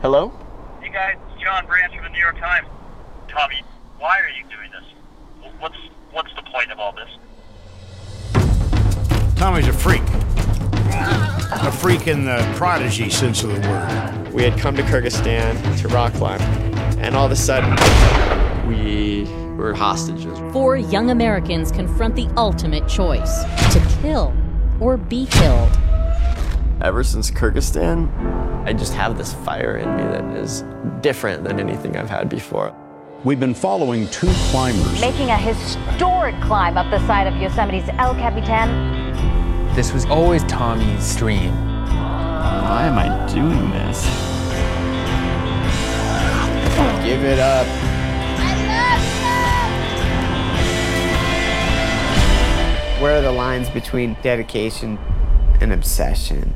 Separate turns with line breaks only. Hello?
Hey guys, it's John Branch from the New York Times. Tommy, why are you doing this? What's what's the point of all this?
Tommy's a freak. A freak in the prodigy sense of the word.
We had come to Kyrgyzstan to rock climb, and all of a sudden, we were hostages.
Four young Americans confront the ultimate choice to kill or be killed.
Ever since Kyrgyzstan, I just have this fire in me that is different than anything I've had before.
We've been following two climbers
making a historic climb up the side of Yosemite's El Capitan.
This was always Tommy's dream.
Why am I doing this? Give it up.
Where are the lines between dedication and obsession?